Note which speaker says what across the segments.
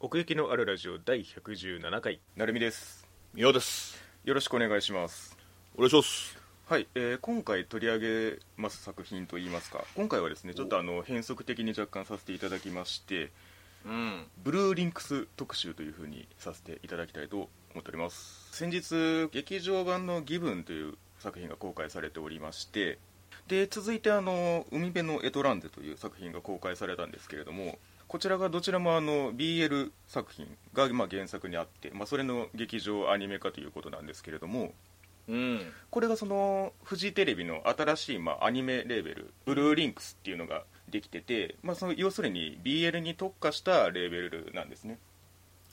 Speaker 1: 奥行きのあるラジオ第117回なるみです
Speaker 2: 宮です
Speaker 1: よろしくお願いします
Speaker 2: お願いします
Speaker 1: はい、えー今回取り上げます作品といいますか今回はですねちょっとあの変則的に若干させていただきまして
Speaker 2: うん
Speaker 1: ブルーリンクス特集というふうにさせていただきたいと思っております先日劇場版の「ギブン」という作品が公開されておりましてで続いてあの「海辺のエトランゼ」という作品が公開されたんですけれどもこちらがどちらもあの BL 作品がまあ原作にあって、まあ、それの劇場アニメ化ということなんですけれども
Speaker 2: うん
Speaker 1: これがそのフジテレビの新しいまあアニメレーベルブルーリンクスっていうのができてて、まあ、その要するに BL に特化したレーベルなんですね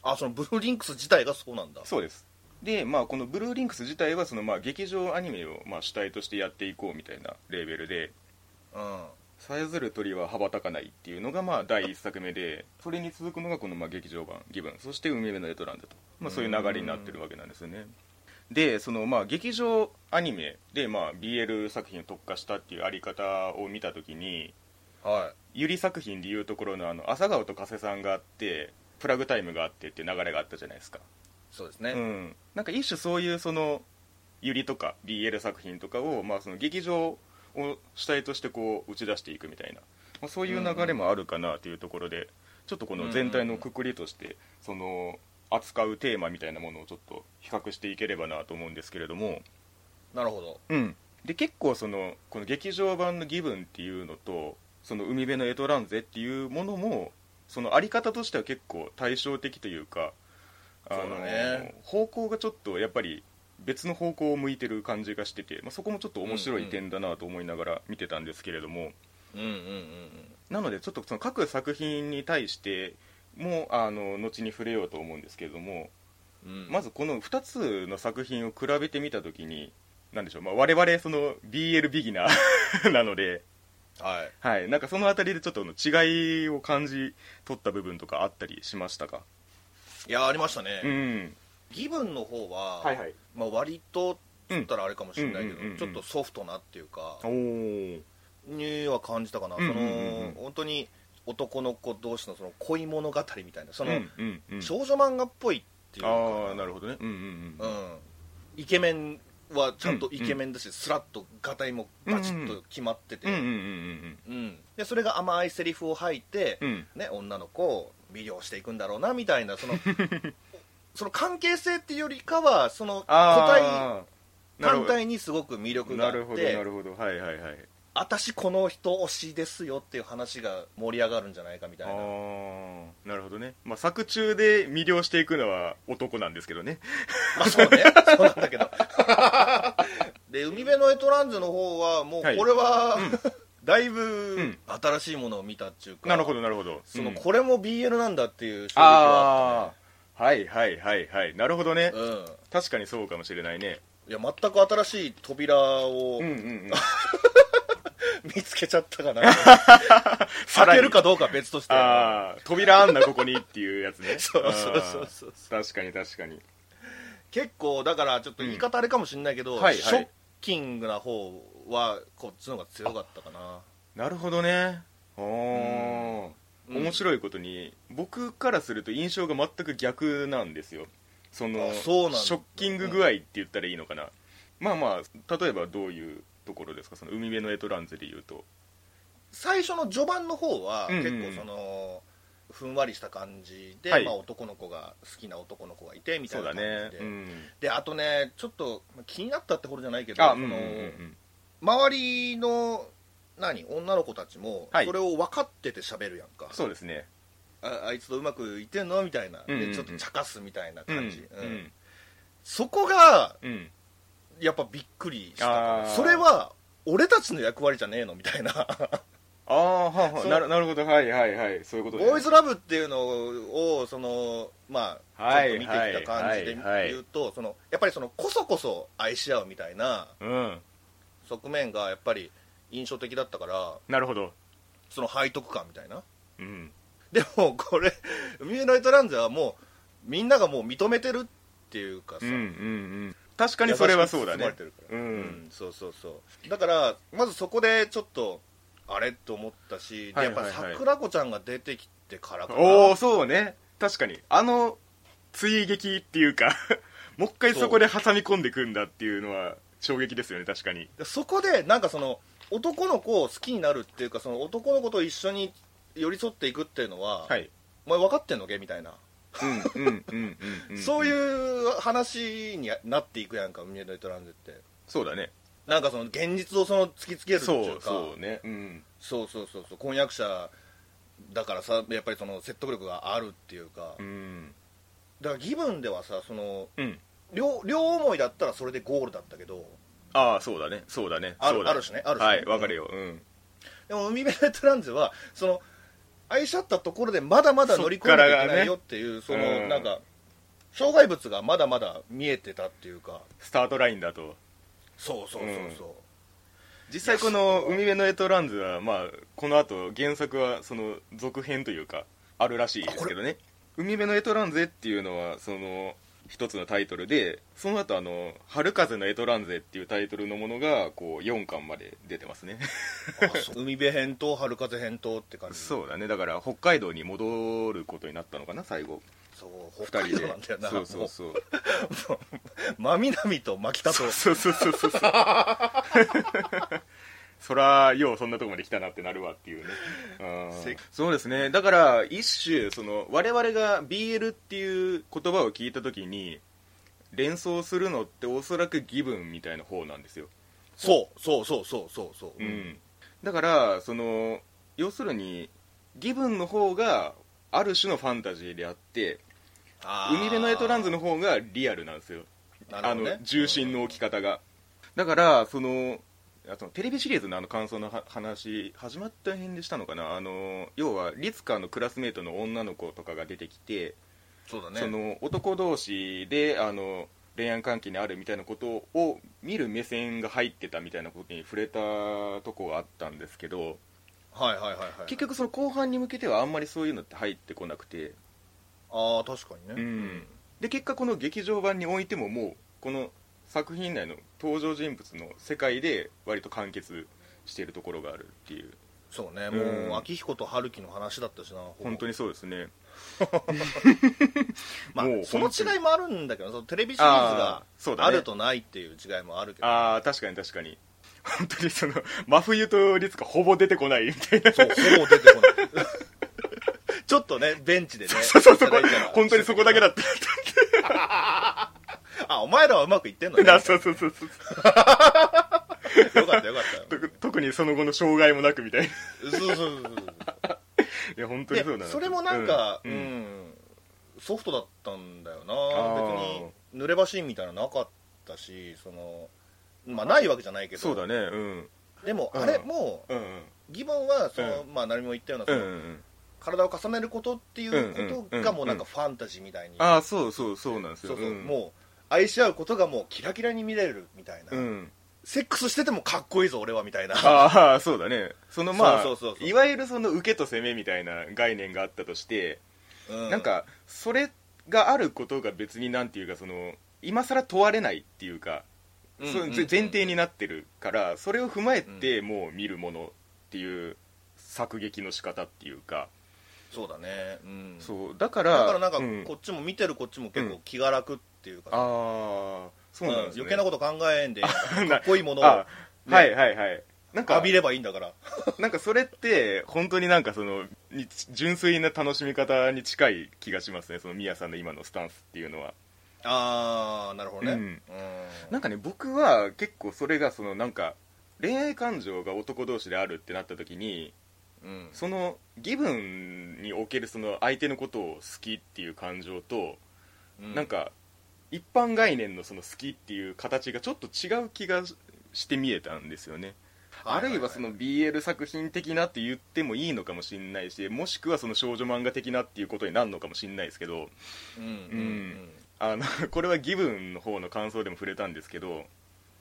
Speaker 2: あそのブルーリンクス自体がそうなんだ
Speaker 1: そうですで、まあ、このブルーリンクス自体はその、まあ、劇場アニメを、まあ、主体としてやっていこうみたいなレーベルで
Speaker 2: うん
Speaker 1: 「さえずる鳥は羽ばたかない」っていうのが、まあ、第1作目でそれに続くのがこの、まあ、劇場版「ギブン」そして「海辺のエトランドと、まあ、そういう流れになってるわけなんですよねでその、まあ、劇場アニメで、まあ、BL 作品を特化したっていうあり方を見た時に
Speaker 2: は
Speaker 1: ゆり作品でいうところのあの朝顔と加瀬さんがあってプラグタイムがあってっていう流れがあったじゃないですか
Speaker 2: いそうですね、
Speaker 1: うん、なんか一種そういうそのユリとか BL 作品とかを、まあ、その劇場を主体としてこう打ち出していくみたいな、まあ、そういう流れもあるかなというところで、ちょっとこの全体のくくりとして、その扱うテーマみたいなものをちょっと比較していければなと思うんですけれども、
Speaker 2: なるほど
Speaker 1: うん、で結構そのこの劇場版の「ギブン」っていうのとその海辺のエトランゼっていうものもそのあり方としては結構対照的というかあ
Speaker 2: そう
Speaker 1: の、
Speaker 2: だね
Speaker 1: 方向がちょっとやっぱり別の方向を向いてる感じがしてて、まあ、そこもちょっと面白い点だなと思いながら見てたんですけれども、
Speaker 2: うんうんうん
Speaker 1: なのでちょっとその各作品に対してもあの後に触れようと思うんですけれども
Speaker 2: うんうん
Speaker 1: まずこの2つの作品を比べてみたときに、なんでしょう、まあ、我々その BL ビギナー なので、
Speaker 2: はい
Speaker 1: はい、なんかそのあたりでちょっとあの違いを感じ取った部分とかあったりしましたか。
Speaker 2: いやありましたね、
Speaker 1: うん、
Speaker 2: ギブンの方は、
Speaker 1: はい。
Speaker 2: まあ、割とつったらあれかもしれないけ
Speaker 1: うんうん
Speaker 2: ど、
Speaker 1: うんうん
Speaker 2: ちょっとソフトなっていうか
Speaker 1: おー
Speaker 2: には感じたかな、
Speaker 1: うんうんうんうん
Speaker 2: その本当に男の子同士のその恋物語みたいなそ
Speaker 1: う
Speaker 2: の、
Speaker 1: んうんうん、
Speaker 2: 少女漫画っぽいっていうか
Speaker 1: ああ、なるほどね。うんうんう。
Speaker 2: うんん、イケメンはちゃんとイケメンだし、スラッとガタイもバチッと決まってて、
Speaker 1: うんうんうん
Speaker 2: うんでそれが甘いセリフを吐いて、
Speaker 1: うんうん。
Speaker 2: ね、女の子を魅了していくんだろうなみたいな そのその関係性っていうよりかはその個体
Speaker 1: あーなる
Speaker 2: 単
Speaker 1: ほど
Speaker 2: 体にすごく魅力があ
Speaker 1: な
Speaker 2: っ
Speaker 1: るほど、
Speaker 2: て
Speaker 1: なるほど。はいはいはい。
Speaker 2: 私この人推しですよっていう話が盛り上がるんじゃないかみた
Speaker 1: あ
Speaker 2: いな
Speaker 1: あ、なるほどね。まあ、作中で魅了していくのは男なんですけどね。
Speaker 2: まあそうねそうなん だけどで海辺のエトランズの方はもう
Speaker 1: はい
Speaker 2: これは、だいぶ、
Speaker 1: ん
Speaker 2: 新しいものを見たっていうか
Speaker 1: なるほど、なるほど。
Speaker 2: その
Speaker 1: うん
Speaker 2: これも BL なんだっていう衝撃はあ
Speaker 1: ああーはいはいはいはいなるほどね
Speaker 2: ったねうん
Speaker 1: 確かにそうかもしれないね
Speaker 2: いや全く新しい扉を
Speaker 1: うんうんうん
Speaker 2: 見つけちゃったかな
Speaker 1: さら
Speaker 2: 開
Speaker 1: に
Speaker 2: けるかどうかは別として
Speaker 1: ああ扉あんなここにっていうやつね
Speaker 2: そうそうそうそう
Speaker 1: あー確かに確かに
Speaker 2: 結構だからちょっと言い方あれかもしれないけど、
Speaker 1: うんはいはい
Speaker 2: ショッキングな方はこっちの方が強かったかな
Speaker 1: なるほどねああ、
Speaker 2: うん
Speaker 1: 面白いことに僕からすると印象が全く逆なんですよその
Speaker 2: あそうなんだ
Speaker 1: ショッキング具合って言ったらいいのかな、まあまあ例えばどういうところですかその海辺のエトランゼで言うと
Speaker 2: 最初の序盤の方は
Speaker 1: うんうん
Speaker 2: 結構その、ふんわりした感じで、
Speaker 1: はい
Speaker 2: まあ、男の子が好きな男の子がいてみた
Speaker 1: そ
Speaker 2: いうな
Speaker 1: だ
Speaker 2: 感じ
Speaker 1: ね
Speaker 2: で、
Speaker 1: うん
Speaker 2: であとねちょっとまあ気になったってほどじゃないけど
Speaker 1: あ
Speaker 2: そ
Speaker 1: うんうん
Speaker 2: の、
Speaker 1: うんうん
Speaker 2: 周りの何女の子たちも
Speaker 1: はい
Speaker 2: それを分かってて喋るやんか、
Speaker 1: そうですね
Speaker 2: ああいつとうまくいってんのみたいな、
Speaker 1: うんうんうん
Speaker 2: でちょっと茶化すみたいな感じ、
Speaker 1: う
Speaker 2: うん
Speaker 1: ん
Speaker 2: そこが
Speaker 1: うん、うん
Speaker 2: やっぱびっくりしたか
Speaker 1: あ
Speaker 2: ら
Speaker 1: ー
Speaker 2: それは俺たちの役割じゃねえのみたいな
Speaker 1: ああはあは
Speaker 2: そ
Speaker 1: あ
Speaker 2: う
Speaker 1: なるなるほどはいはいはいそういうことね
Speaker 2: ボーイズラブっていうのをそのまあ、
Speaker 1: はい
Speaker 2: ちょっと見てきた感じで
Speaker 1: はいはい
Speaker 2: 言うと、そのやっぱりそのこそこそ愛し合うみたいな
Speaker 1: うん
Speaker 2: 側面がやっぱり印象的だったから
Speaker 1: なるほど
Speaker 2: その背徳感みたいな
Speaker 1: うん
Speaker 2: でもこれ「海辺のエトランゼ」はもうみんながもう認めてるっていうか
Speaker 1: う
Speaker 2: さ、
Speaker 1: んうんうん確かにそれはそうだ
Speaker 2: 優
Speaker 1: ね
Speaker 2: しく包まれてるから
Speaker 1: うん、
Speaker 2: うん、そうそうそうだからまずそこでちょっとあれと思ったし、で
Speaker 1: はいはいはい
Speaker 2: やっぱ桜子ちゃんが出てきてからかな
Speaker 1: おおそうね確かにあの追撃っていうか もう一回そこで挟み込んでくんだっていうのは衝撃ですよね確かに
Speaker 2: でそこでなんかその男の子を好きになるっていうかその男の子と一緒に寄り添っていくっていうのは、
Speaker 1: はい
Speaker 2: お前分かってんのけみたいな、
Speaker 1: うんうんうんうんうん、
Speaker 2: そういうう話になっていくやんか「ミネドイトランゼ」って
Speaker 1: そうだね
Speaker 2: なんかその現実をその突きつけるってい
Speaker 1: そうう
Speaker 2: か
Speaker 1: そうねうん
Speaker 2: そうそうそうそう婚約者だからさやっぱりその説得力があるっていうか、
Speaker 1: うん
Speaker 2: だから義分ではさその
Speaker 1: うん
Speaker 2: 両両思いだったらそれでゴールだったけど
Speaker 1: ああそうだねそうだね
Speaker 2: ある
Speaker 1: そうだ
Speaker 2: あるしねあるしね
Speaker 1: はいわかるようん
Speaker 2: でも海辺のトランズはその愛し合ったところでまだまだ乗り込んでいけないよっていうそ,、
Speaker 1: そっからがね
Speaker 2: の
Speaker 1: うん
Speaker 2: なんか障害物がまだまだ見えてたっていうか
Speaker 1: スタートラインだと
Speaker 2: そうそうそうそう、
Speaker 1: 実際この「海辺のエトランズは」まあこの後原作はその続編というかあるらしいですけどね「海辺のエトランゼ」っていうのはその一つのタイトルでその後あの「春風のエトランゼ」っていうタイトルのものがこう4巻まで出てますね
Speaker 2: あそう海辺返答春風返答って感じ
Speaker 1: そうだねだから北海道に戻ることになったのかな最後
Speaker 2: そう北
Speaker 1: 2
Speaker 2: 海
Speaker 1: 人
Speaker 2: 道なんだよ
Speaker 1: で
Speaker 2: な
Speaker 1: そうそうそう
Speaker 2: もう真南と牧田と
Speaker 1: そうそうそうそうそうそらようそんなとこまで来たなってなるわっていうねうん
Speaker 2: せ
Speaker 1: そうですねだから一種その我々が BL っていう言葉を聞いた時に連想するのっておそらく義分みたいな方なんですよ、、
Speaker 2: そうそうそうそうそうそううん
Speaker 1: だからその要するに義分の方がある種のファンタジーであって
Speaker 2: あー
Speaker 1: 海辺のエトランズの方がリアルなんですよ
Speaker 2: なる
Speaker 1: あ
Speaker 2: ほどね
Speaker 1: の重心の置き方が、だからそのあそのテレビシリーズのあの感想のは話始まった辺でしたのかなあの要は律カのクラスメートの女の子とかが出てきて、
Speaker 2: そうだね
Speaker 1: その男同士であの恋愛関係にあるみたいなことを見る目線が入ってたみたいなことに触れたとこがあったんですけど
Speaker 2: はいはいはいはい
Speaker 1: 結局その後半に向けてはあんまりそういうのって入ってこなくて
Speaker 2: ああ確かにね
Speaker 1: うんで結果この劇場版においてももうこの作品内の登場人物の世界で割と完結しているところがあるっていう
Speaker 2: そうね
Speaker 1: うん
Speaker 2: もう秋彦と春樹の話だったしなほぼ
Speaker 1: 本当にそうですね
Speaker 2: まあ
Speaker 1: もう
Speaker 2: その
Speaker 1: 本当に
Speaker 2: 違いもあるんだけどそのテレビシリーズが
Speaker 1: そうだ
Speaker 2: あ
Speaker 1: ね
Speaker 2: るとないっていう違いもあるけど
Speaker 1: ああ確かに確かに本当にその真冬と律かほぼ出てこないみたいな
Speaker 2: そうほぼ出てこない ちょっとねベンチで ね
Speaker 1: そうそうそこ
Speaker 2: いただいたら
Speaker 1: 本当にそこだけだった
Speaker 2: あお前らはうまくいってんの
Speaker 1: な
Speaker 2: ね
Speaker 1: そうそうそうそう
Speaker 2: よかったよかった
Speaker 1: 特特にその後の障害もなくみたいない
Speaker 2: そうそうそうそう
Speaker 1: や本当に
Speaker 2: で
Speaker 1: そうだな
Speaker 2: それもなんか、
Speaker 1: う
Speaker 2: うんん
Speaker 1: うん
Speaker 2: ソフトだったんだよな
Speaker 1: あー
Speaker 2: 別に濡ればしいみたいなのなかったしそのまあないわけじゃないけど
Speaker 1: そうだねうん
Speaker 2: でも
Speaker 1: うん
Speaker 2: あれも
Speaker 1: うんうん
Speaker 2: う疑問はその、まあ何も言ったようなそ
Speaker 1: うんう
Speaker 2: の、
Speaker 1: ん
Speaker 2: 体を重ねることっていうこ
Speaker 1: うんうんう
Speaker 2: と
Speaker 1: ん
Speaker 2: がもうなんかファンタジーみたいに、
Speaker 1: ああそうそうそうなんです
Speaker 2: そ
Speaker 1: よ
Speaker 2: うそう、
Speaker 1: ん
Speaker 2: もう愛し合うことがもうキラキラに見れるみたいな、
Speaker 1: うん
Speaker 2: セックスしててもかっこいいぞ俺はみたいな
Speaker 1: ああそうだねそのまあ
Speaker 2: そうそうそうそう
Speaker 1: いわゆるその受けと攻めみたいな概念があったとして、
Speaker 2: う
Speaker 1: なんかそれがあることが別になんていうかその今更問われないっていうか、
Speaker 2: うん
Speaker 1: そう
Speaker 2: うん
Speaker 1: ぜ前提になってるからそれを踏まえてもう見るものっていう作劇の仕方っていうか、
Speaker 2: そうだねうん
Speaker 1: そうだから
Speaker 2: だからなんか
Speaker 1: うん
Speaker 2: こっちも見てるこっちも結構気が楽っていうか、
Speaker 1: ああそううんなんです、ね
Speaker 2: 余計なこと考えんでいいんだかっこいいものを
Speaker 1: あ
Speaker 2: ね
Speaker 1: はいはいはいなんか
Speaker 2: 浴びればいいんだから
Speaker 1: なんかそれって本当になんかそのに純粋な楽しみ方に近い気がしますねそのミヤさんの今のスタンスっていうのは
Speaker 2: ああなるほどね、
Speaker 1: う
Speaker 2: うんん
Speaker 1: なんかね僕は結構それがそのなんか恋愛感情が男同士であるってなった時に
Speaker 2: うん
Speaker 1: その義分におけるその相手のことを好きっていう感情と、
Speaker 2: うん
Speaker 1: なんか一般概念のその好きっていう形がちょっと違う気がしして見えたんですよねあるいはその BL 作品的なって言ってもいいのかもしれないしもしくはその少女漫画的なっていうことになるのかもしれないですけど
Speaker 2: うんうん
Speaker 1: あの これはギブンの方の感想でも触れたんですけど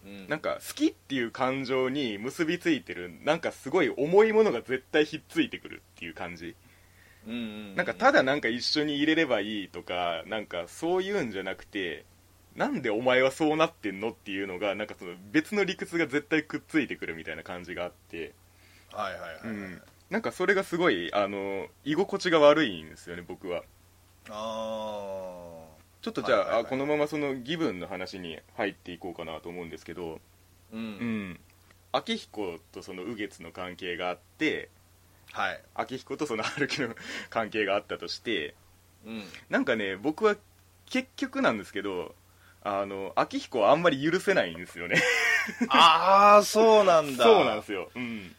Speaker 2: うんうん
Speaker 1: なんか好きっていう感情に結びついてるなんかすごい重いものが絶対ひっついてくるっていう感じ
Speaker 2: うんうん
Speaker 1: なんかただなんか一緒に入れればいいとかなんかそういうんじゃなくてなんでお前はそうなってんのっていうのがなんかその別の理屈が絶対くっついてくるみたいな感じがあって
Speaker 2: はいはいはい、はい
Speaker 1: うんなんかそれがすごいあの居心地が悪いんですよね僕は
Speaker 2: あ
Speaker 1: ちょっとじゃあ,、
Speaker 2: はいはいはい
Speaker 1: あこのままそのギブンの話に入っていこうかなと思うんですけど、
Speaker 2: ーう
Speaker 1: うんん、明彦とその右月の関係があって
Speaker 2: はい
Speaker 1: 明彦とその春樹の関係があったとして
Speaker 2: うん
Speaker 1: なんかね僕は結局なんですけどあの明彦はあんまり許せないんですよね
Speaker 2: ああそうなん だ
Speaker 1: そうなんですよ、うん、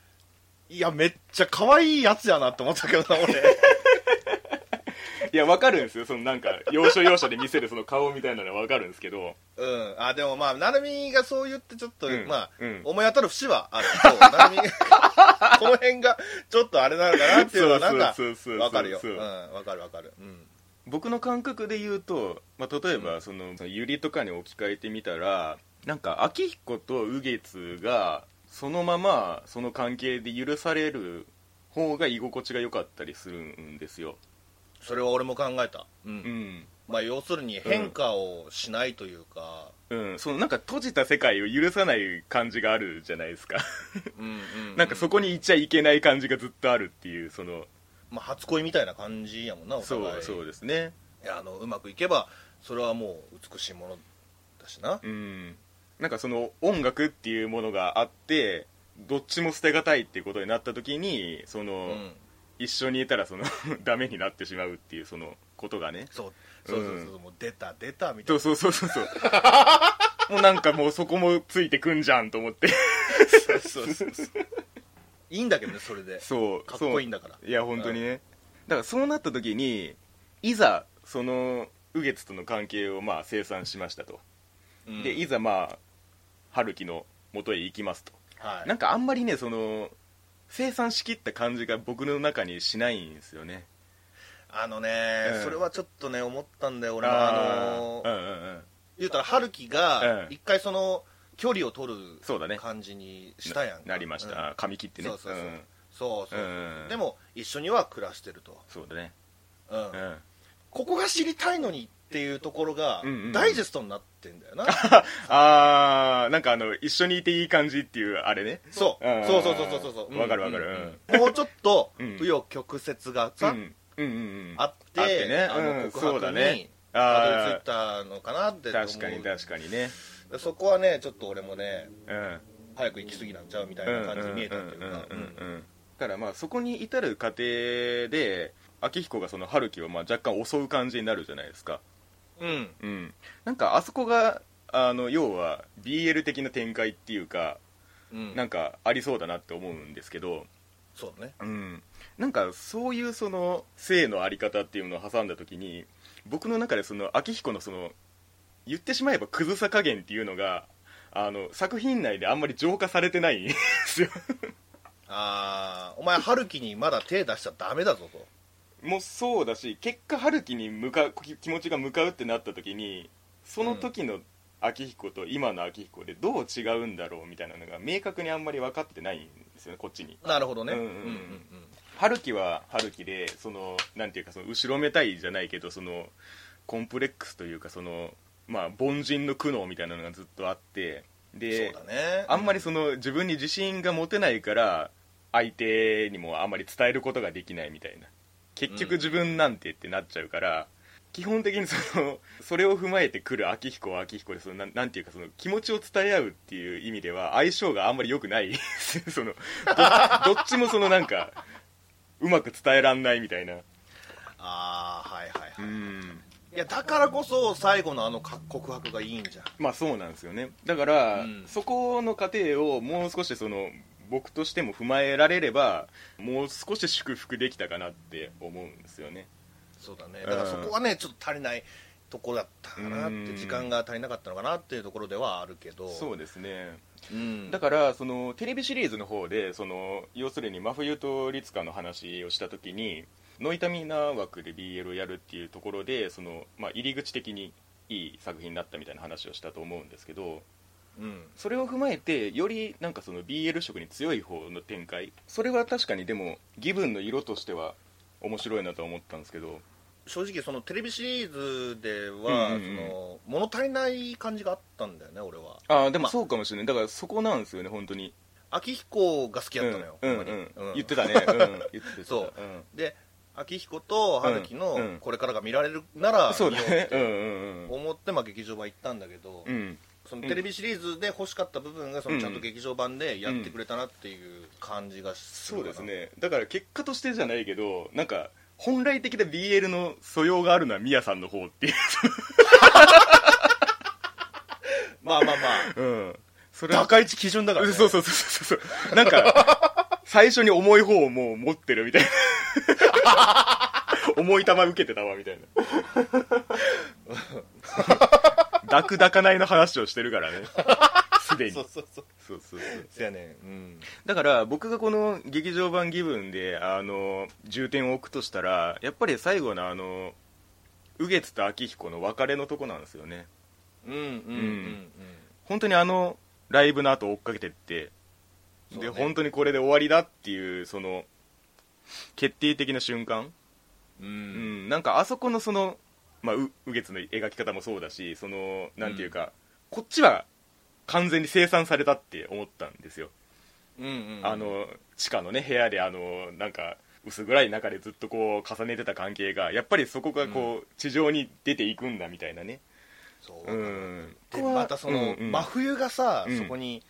Speaker 2: いやめっちゃ可愛いやつやなって思ったけどな俺
Speaker 1: いやわかるんですよそのなんか要所要所で見せるその顔みたいなのはわかるんですけど
Speaker 2: うんあでもまあ成美がそう言ってちょっと、
Speaker 1: うん
Speaker 2: まあ、
Speaker 1: うん
Speaker 2: 思い当たる節はあるそう成美がこの辺がちょっとあれなのかなっていうのはなんか
Speaker 1: そうそうそうそう
Speaker 2: わかるよ
Speaker 1: そううん
Speaker 2: わかるわかるうん
Speaker 1: 僕の感覚で言うと、まあ、例えばそのそのユリとかに置き換えてみたらなんか明彦と右月がそのままその関係で許される方が居心地が良かったりするんですよ、
Speaker 2: それは俺も考えた、うん
Speaker 1: うん
Speaker 2: まあ、要するに変化をしないというか、
Speaker 1: うん、そのなんか閉じた世界を許さない感じがあるじゃないですか
Speaker 2: うんうんう
Speaker 1: なんかそこに行っちゃいけない感じがずっとあるっていうその
Speaker 2: まあ、初恋みたいな感じやもんなお
Speaker 1: そ
Speaker 2: 互いう
Speaker 1: そうですね
Speaker 2: いやあのうまくいけばそれはもう美しいものだしな
Speaker 1: うんなんかその音楽っていうものがあってどっちも捨てがたいっていうことになった時にその、
Speaker 2: うん
Speaker 1: 一緒にいたらその ダメになってしまうっていうそのことがね
Speaker 2: そうそうそうそう、もう出た出たみたい
Speaker 1: そうそうそうそうそう もうなんかもうそこもついてくんじゃんと思って
Speaker 2: なそうそうそう いいんだけどねそれで
Speaker 1: そう
Speaker 2: かっこいいんだから
Speaker 1: そういや本当にねだからそうなった時にいざその右月との関係をまあ清算しましたと、
Speaker 2: うん
Speaker 1: でいざまあ春樹の元へ行きますと
Speaker 2: はい
Speaker 1: なんかあんまりねその清算しきった感じが僕の中にしないんですよね
Speaker 2: あのね、
Speaker 1: うん
Speaker 2: それはちょっとね思ったんだよ俺もあ
Speaker 1: あ
Speaker 2: の
Speaker 1: ーうんうんうん
Speaker 2: 言うたら春樹
Speaker 1: う
Speaker 2: が
Speaker 1: ん
Speaker 2: 一回その距離を取る
Speaker 1: そうだね
Speaker 2: 感じにしたやんか
Speaker 1: なりまし
Speaker 2: うん
Speaker 1: た、あ噛み切ってね
Speaker 2: そうそうそう、
Speaker 1: ん
Speaker 2: そうそうそう、
Speaker 1: うん
Speaker 2: でも一緒には暮らしてると、
Speaker 1: そうだね、
Speaker 2: うん
Speaker 1: うん、あ
Speaker 2: ここが知りたいのにっていうところが、
Speaker 1: うんうんうん
Speaker 2: ダイジェストになってんだ よな
Speaker 1: あーなんかあの一緒にいていい感じっていうあれね
Speaker 2: そう
Speaker 1: うん
Speaker 2: そうそうそうそうそうそう
Speaker 1: わかるわかる
Speaker 2: うんもうちょっと
Speaker 1: うん
Speaker 2: 紆余曲折がさ、
Speaker 1: うんうんうんうん
Speaker 2: あって
Speaker 1: あってね
Speaker 2: あの
Speaker 1: うん
Speaker 2: 告
Speaker 1: そう
Speaker 2: 白
Speaker 1: だ
Speaker 2: に
Speaker 1: ね
Speaker 2: たどり着い
Speaker 1: あ
Speaker 2: たのかなって
Speaker 1: ー
Speaker 2: 思う
Speaker 1: 確かに確かにね
Speaker 2: にそこはねちょっと俺もね
Speaker 1: うん
Speaker 2: 早く行き過ぎなんちゃうみたい
Speaker 1: うん
Speaker 2: な感じに見えたっていうか
Speaker 1: うんうんうんうんだからまあそこに至る過程で明彦がその春樹をまあ若干襲う感じになるじゃないですか
Speaker 2: うんうん
Speaker 1: うんなんかあそこがあの要は BL 的な展開っていうか
Speaker 2: うん
Speaker 1: なんかありそうだなって思うんですけど、
Speaker 2: そうだね
Speaker 1: うん、なんかそういうその性のあり方っていうのを挟んだ時に僕の中でその明彦のその言ってしまえばクズさ加減っていうのがあの作品内であんまり浄化されてないんですよ
Speaker 2: ああお前春樹にまだ手出しちゃダメだぞと
Speaker 1: もうそうだし結果春樹に向かう気気持ちが向かうってなった時にその時の明彦と今の明彦でどう違うんだろうみたいなのが明確にあんまり分かってないんですよねこっちに
Speaker 2: なるほどね
Speaker 1: うんうんうん春樹は春樹でそのなんていうかその後ろめたいじゃないけどそのコンプレックスというかそのまあ凡人の苦悩みたいなのがずっとあってで
Speaker 2: そうだね
Speaker 1: あんまりその自分に自信が持てないから相手にもあんまり伝えることができないみたいな結局自分なんてってなっちゃうから、基本的にそのそれを踏まえてくる明彦は明彦でそのなんなんていうかその気持ちを伝え合うっていう意味では相性があんまり良くない そのどどっちもそのなんかうまく伝えらんないみたいな
Speaker 2: ああはいはいは
Speaker 1: う
Speaker 2: い、
Speaker 1: ん
Speaker 2: いやだからこそ最後のあのか告白がいいんじゃん
Speaker 1: まあそうなんですよねだから、
Speaker 2: うん
Speaker 1: そこの過程をもう少しその僕としても踏まえられればもう少し祝福できたかなって思うんですよね
Speaker 2: そうだねだからそこはねちょっと足りないとこだったかなっ
Speaker 1: う
Speaker 2: て
Speaker 1: ん
Speaker 2: 時間が足りなかったのかなっていうところではあるけど、
Speaker 1: そううですね
Speaker 2: ん、
Speaker 1: だからそのテレビシリーズの方でその要するに真冬と律香の話をした時にノイタミナ枠で BL をやるっていうところでその、まあ、入り口的にいい作品になったみたいな話をしたと思うんですけど
Speaker 2: うん
Speaker 1: それを踏まえてよりなんかその BL 色に強い方の展開それは確かにでもギブンの色としては面白いなとは思ったんですけど
Speaker 2: 正直そのテレビシリーズでは、
Speaker 1: うんうんうん
Speaker 2: その物足りない感じがあったんだよね俺は
Speaker 1: ああでも
Speaker 2: まあ
Speaker 1: そうかもしれないだからそこなんですよね本当に
Speaker 2: 秋彦が好きだったのよ、
Speaker 1: うんう
Speaker 2: ほ
Speaker 1: ん
Speaker 2: んまに
Speaker 1: うん
Speaker 2: うん
Speaker 1: 言ってたね、うん、言ってた
Speaker 2: そう
Speaker 1: うん
Speaker 2: で秋彦と春樹
Speaker 1: う
Speaker 2: の
Speaker 1: ん
Speaker 2: これからが見られるなら見
Speaker 1: そ
Speaker 2: よ
Speaker 1: う
Speaker 2: う
Speaker 1: だ
Speaker 2: っ
Speaker 1: ねうん
Speaker 2: て
Speaker 1: うん
Speaker 2: 思ってまあ劇場版行ったんだけど、
Speaker 1: うんうん
Speaker 2: そのテレビシリーズで欲しかった部分がそのちゃんと劇場版でやってくれたなっていう感じがす
Speaker 1: そ
Speaker 2: る
Speaker 1: う
Speaker 2: か
Speaker 1: で
Speaker 2: な
Speaker 1: すねだから結果としてじゃないけどなんか本来的な BL の素養があるのはミヤさんの方っていう、
Speaker 2: まあまあまあ
Speaker 1: うん、それは
Speaker 2: 高一基準だから、ね、
Speaker 1: そうそうそうそうそうなんか最初に重い方をもう持ってるみたい な重い球受けてたわみたいな抱く抱かないの話をしてるからねすでに
Speaker 2: そうそうそう
Speaker 1: そうそうそう
Speaker 2: そやねうん
Speaker 1: だから僕がこの劇場版気分であの重点を置くとしたらやっぱり最後のあの右月と明彦の別れのとこなんですよね
Speaker 2: うんうんうん
Speaker 1: 本当にあのライブの後追っかけてって、
Speaker 2: そうね
Speaker 1: で本当にこれで終わりだっていうその決定的な瞬間、
Speaker 2: うんう
Speaker 1: うん
Speaker 2: ん
Speaker 1: なんかあそこのその、まあ、う右月の描き方もそうだしそのなんていうか、こっちは完全に清算されたって思ったんですよ、
Speaker 2: うんうんうん
Speaker 1: あの地下のね部屋であのなんか薄暗い中でずっとこう重ねてた関係がやっぱりそこがこう、地上に出ていくんだみたいなね
Speaker 2: そう、
Speaker 1: うん
Speaker 2: でまたその、
Speaker 1: うんうん
Speaker 2: 真冬がさ、
Speaker 1: うん
Speaker 2: そこに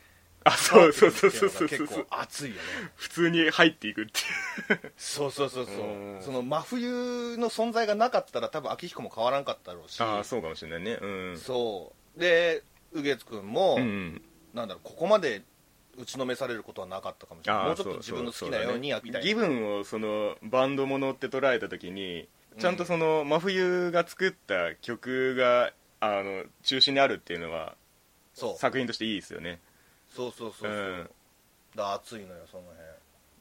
Speaker 1: あそうそうそうそうそう
Speaker 2: 結
Speaker 1: そう
Speaker 2: 構暑いよね
Speaker 1: 普通に入っていくっていう
Speaker 2: そうそうそうそう、
Speaker 1: うん
Speaker 2: その真冬の存在がなかったら多分秋彦も変わらんかったろうし
Speaker 1: ああそうかもしれないねうん
Speaker 2: そうで右月君も、
Speaker 1: うん
Speaker 2: なんだろうここまで打ちのめされることはなかったかもしれない
Speaker 1: あ
Speaker 2: も
Speaker 1: あ
Speaker 2: うちょっと自分の好きなようにや
Speaker 1: そ
Speaker 2: み
Speaker 1: そ
Speaker 2: た
Speaker 1: う
Speaker 2: い
Speaker 1: だね
Speaker 2: な
Speaker 1: 義分をそのバンドものって捉えた時にちゃんとその真冬が作った曲があの中心にあるっていうのは
Speaker 2: そう
Speaker 1: 作品としていいですよね
Speaker 2: そうそうそうそう、
Speaker 1: うん
Speaker 2: だ暑いのよその